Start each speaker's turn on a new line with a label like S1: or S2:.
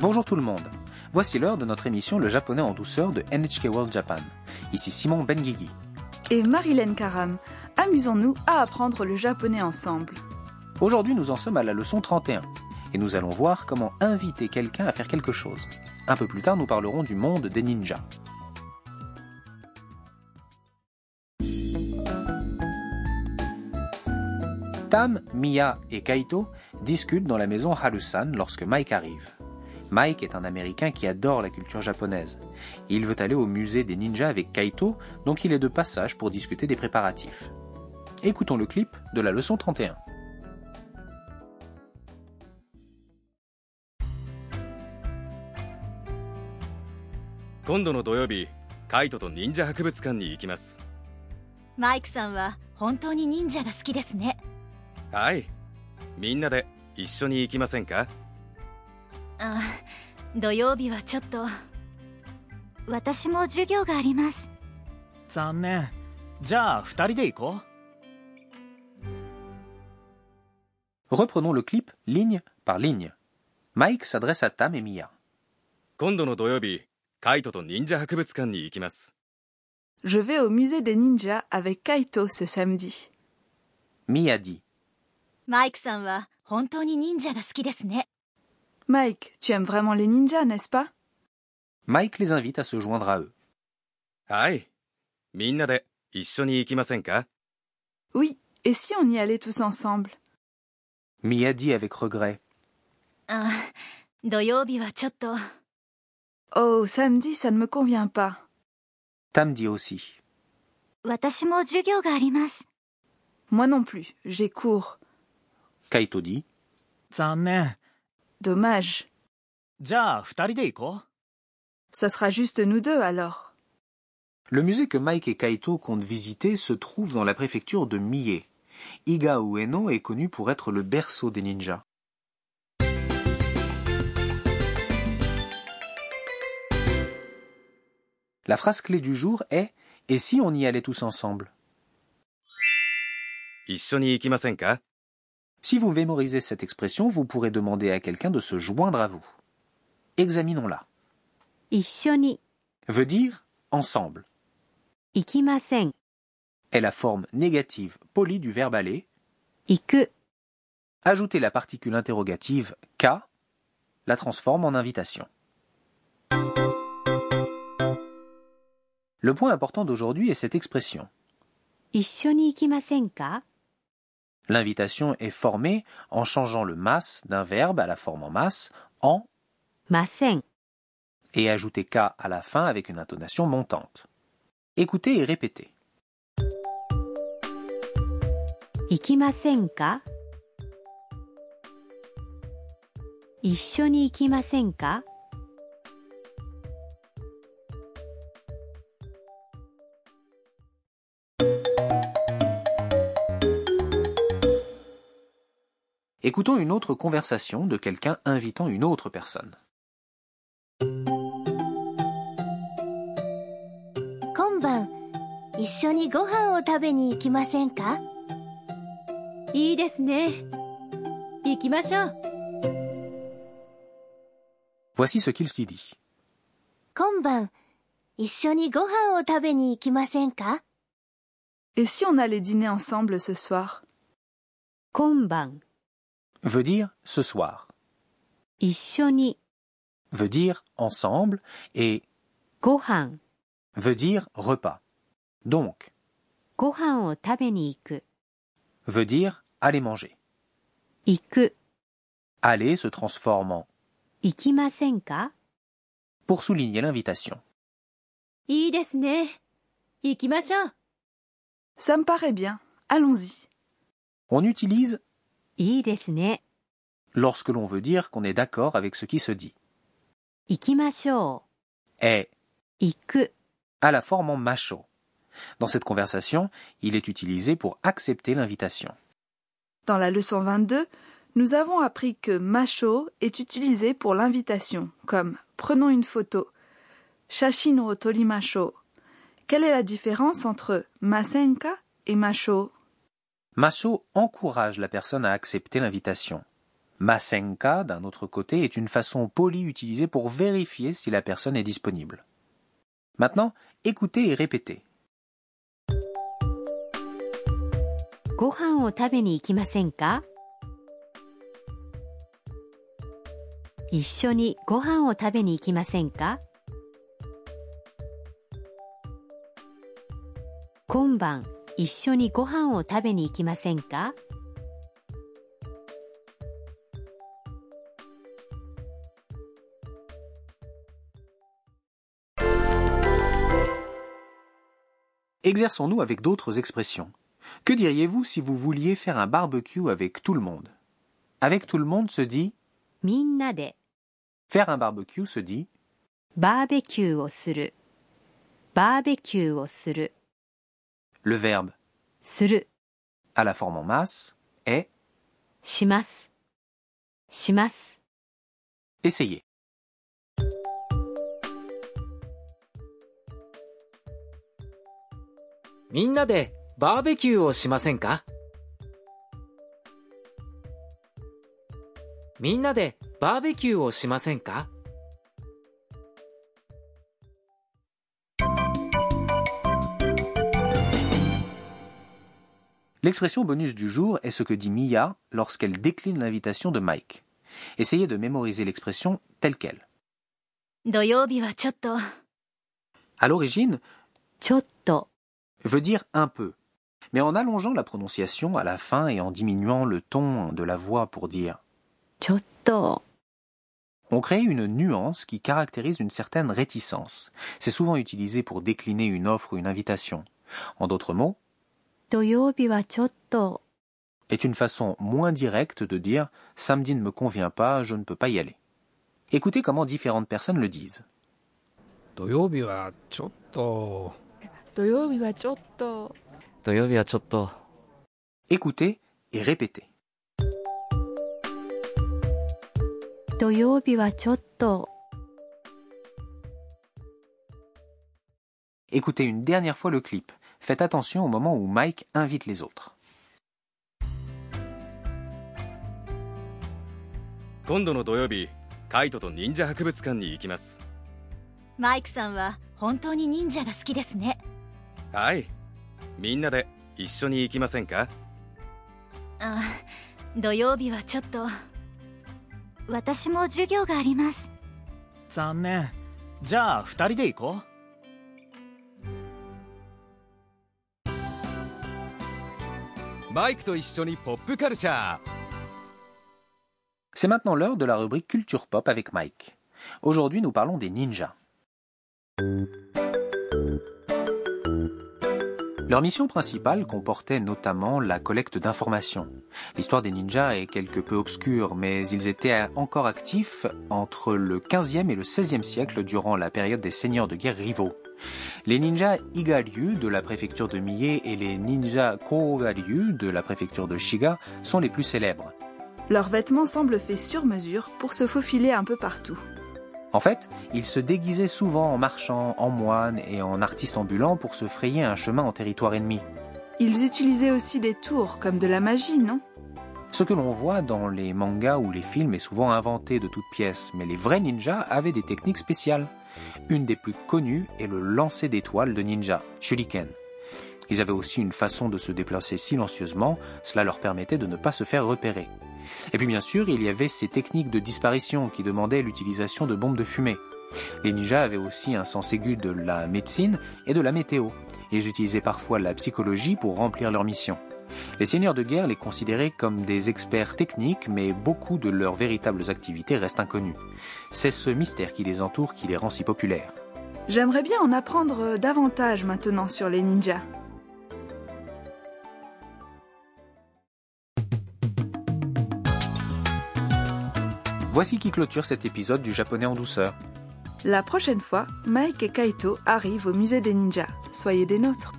S1: Bonjour tout le monde. Voici l'heure de notre émission Le japonais en douceur de NHK World Japan. Ici Simon Benguigui.
S2: Et Marilyn Karam. Amusons-nous à apprendre le japonais ensemble.
S1: Aujourd'hui, nous en sommes à la leçon 31 et nous allons voir comment inviter quelqu'un à faire quelque chose. Un peu plus tard, nous parlerons du monde des ninjas. Tam, Mia et Kaito discutent dans la maison Harusan lorsque Mike arrive. Mike est un Américain qui adore la culture japonaise. Il veut aller au musée des ninjas avec Kaito, donc il est de passage pour discuter des préparatifs. Écoutons le clip de la leçon 31.
S3: 今度の土曜日カイトと忍者博物館に行きます
S4: マイクさんは本当に忍者が好きですね
S3: はいみんなで一緒に行きませんか
S4: あ土曜日はちょっと私も授業があります
S5: 残念じゃあ2人で行こう
S1: Reprenons le clip ligne par ligne. Mike s'adresse à Tam et Mia.
S3: 今度の土曜日カイトと忍者博物館に行きます
S2: Je vais au musée des ninjas avec Kaito ce samedi.
S1: Mia dit
S4: マイクさんは本当に忍者が好きですね
S2: Mike, tu aimes vraiment les ninjas, n'est-ce pas
S1: Mike les invite à se joindre à eux.
S3: はいみんなで一緒に行きませんか
S2: Oui, et si on y allait tous ensemble
S1: Mia dit avec regret.
S4: あ土曜日はちょっと
S2: Oh, samedi, ça ne me convient pas.
S1: Tam dit aussi.
S4: 私も授業があります
S2: Moi non plus, j'ai cours.
S1: Kaito dit.
S5: 残念
S2: Dommage.
S5: じゃあ2人で行こ
S2: Ça sera juste nous deux alors.
S1: Le musée que Mike et Kaito comptent visiter se trouve dans la préfecture de Mie. Iga Ueno est connu pour être le berceau des ninjas. La phrase clé du jour est Et si on y allait tous ensemble
S3: 一緒に行きませんか
S1: Si vous mémorisez cette expression, vous pourrez demander à quelqu'un de se joindre à vous. Examinons-la.
S6: 一緒に
S1: Veut dire ensemble.
S6: 行きません
S1: est la forme négative polie du verbe aller.
S6: 行く
S1: Ajoutez la particule interrogative K, la transforme en invitation. Le point important d'aujourd'hui est cette expression.
S6: 一緒に行きませんか
S1: L'invitation est formée en changeant le mas d'un verbe à la forme en masse en
S6: ません
S1: et ajoutez K à la fin avec une intonation montante. Écoutez et répétez.
S6: 行きませんか一緒に行きませんか
S1: Écoutons une autre conversation de quelqu'un invitant une autre personne.
S7: 今晩一緒にご飯を食べに行きませんか
S4: いいですね行きましょう
S1: Voici ce qu'il s'y dit.
S7: 今晩一緒にご飯を食べに行きませんか
S2: Et si on allait dîner ensemble ce soir
S6: 今晩
S1: veut dire ce soir.
S6: 一緒に
S1: veut dire ensemble et
S6: ご飯
S1: veut dire repas. Donc
S6: ご飯を食べに行く
S1: veut dire aller manger.
S6: 行く
S1: Aller se transforme en
S6: 行きませんか
S1: pour souligner l'invitation.
S4: いいですね行きましょう
S2: Ça me paraît bien. Allons-y.
S1: On utilise
S6: いいですね
S1: lorsque l'on veut dire qu'on est d'accord avec ce qui se dit.
S6: 行きましょ
S1: Est
S6: う行く
S1: à la forme en macho. Dans cette conversation, il est utilisé pour accepter l'invitation.
S2: Dans la leçon 22, nous avons appris que macho est utilisé pour l'invitation, comme prenons une photo. Shashin o torimasho. Quelle est la différence entre masenka et macho
S1: Macho encourage la personne à accepter l'invitation. Masenka, d'un autre côté, est une façon polie utilisée pour vérifier si la personne est disponible. Maintenant, écoutez et répétez.
S6: ご飯を食べに行きませんか一緒にご飯を食べに行きませんか今晩一緒にご飯を食べに行きませんか
S1: Exerçons-nous avec d'autres expressions. Que diriez-vous si vous vouliez faire un barbecue avec tout le monde Avec tout le monde se dit
S6: みんなで
S1: faire un barbecue se dit
S6: バーベキューをするバーベキューをする
S1: le verbe
S6: する
S1: à la forme en masse est
S6: しますします
S1: essayer. L'expression bonus du jour est ce que dit Mia lorsqu'elle décline l'invitation de Mike. Essayez de mémoriser l'expression telle qu'elle.
S4: 土曜日はちょっと
S1: À l'origine,
S6: ちょっと
S1: veut dire un peu. Mais en allongeant la prononciation à la fin et en diminuant le ton de la voix pour dire
S6: ちょっと
S1: on crée une nuance qui caractérise une certaine réticence. C'est souvent utilisé pour décliner une offre ou une invitation. En d'autres mots,
S6: 土曜日はちょっと
S1: est une façon moins directe de dire samedi ne me convient pas, je ne peux pas y aller. Écoutez comment différentes personnes le disent.
S8: 土曜日はちょっと
S9: 土曜日はちょっと
S1: Écoutez et répétez.
S6: 土曜日はちょっと
S1: Écoutez une dernière fois le clip. Faites attention au moment où Mike invite les autres.
S3: 今度の土曜日カイトと忍者博物館に行きます
S4: マイクさんは本当に忍者が好きですね
S3: はいみんなで一緒に行きませんか
S4: あ土曜日はちょっと私も授業があります
S5: 残念じゃあ2人で行こう
S3: マイクと一緒にポップカルチャー
S1: C'est maintenant l'heure de la rubrique Culture Pop avec Mike. Aujourd'hui, nous parlons des ninjas. Leur mission principale comportait notamment la collecte d'informations. L'histoire des ninjas est quelque peu obscure, mais ils étaient encore actifs entre le 15e et le 16e siècle durant la période des seigneurs de guerre rivaux. Les ninjas Igaryu de la préfecture de Mie et les ninjas Kogaryu de la préfecture de Shiga sont les plus célèbres.
S2: Leurs vêtements semblent faits sur mesure pour se faufiler un peu partout.
S1: En fait, ils se déguisaient souvent en marchands, en moines et en artistes ambulants pour se frayer un chemin en territoire ennemi.
S2: Ils utilisaient aussi des tours comme de la magie, non
S1: Ce que l'on voit dans les mangas ou les films est souvent inventé de toutes pièces, mais les vrais ninjas avaient des techniques spéciales. Une des plus connues est le lancer d'étoiles de ninja, shuriken. Ils avaient aussi une façon de se déplacer silencieusement, cela leur permettait de ne pas se faire repérer. Et puis bien sûr, il y avait ces techniques de disparition qui demandaient l'utilisation de bombes de fumée. Les ninjas avaient aussi un sens aigu de la médecine et de la météo. Ils utilisaient parfois la psychologie pour remplir leur mission. Les seigneurs de guerre les considéraient comme des experts techniques, mais beaucoup de leurs véritables activités restent inconnues. C'est ce mystère qui les entoure qui les rend si populaires.
S2: J'aimerais bien en apprendre davantage maintenant sur les ninjas.
S1: Voici qui clôture cet épisode du Japonais en douceur.
S2: La prochaine fois, Mike et Kaito arrivent au musée des ninjas. Soyez des nôtres.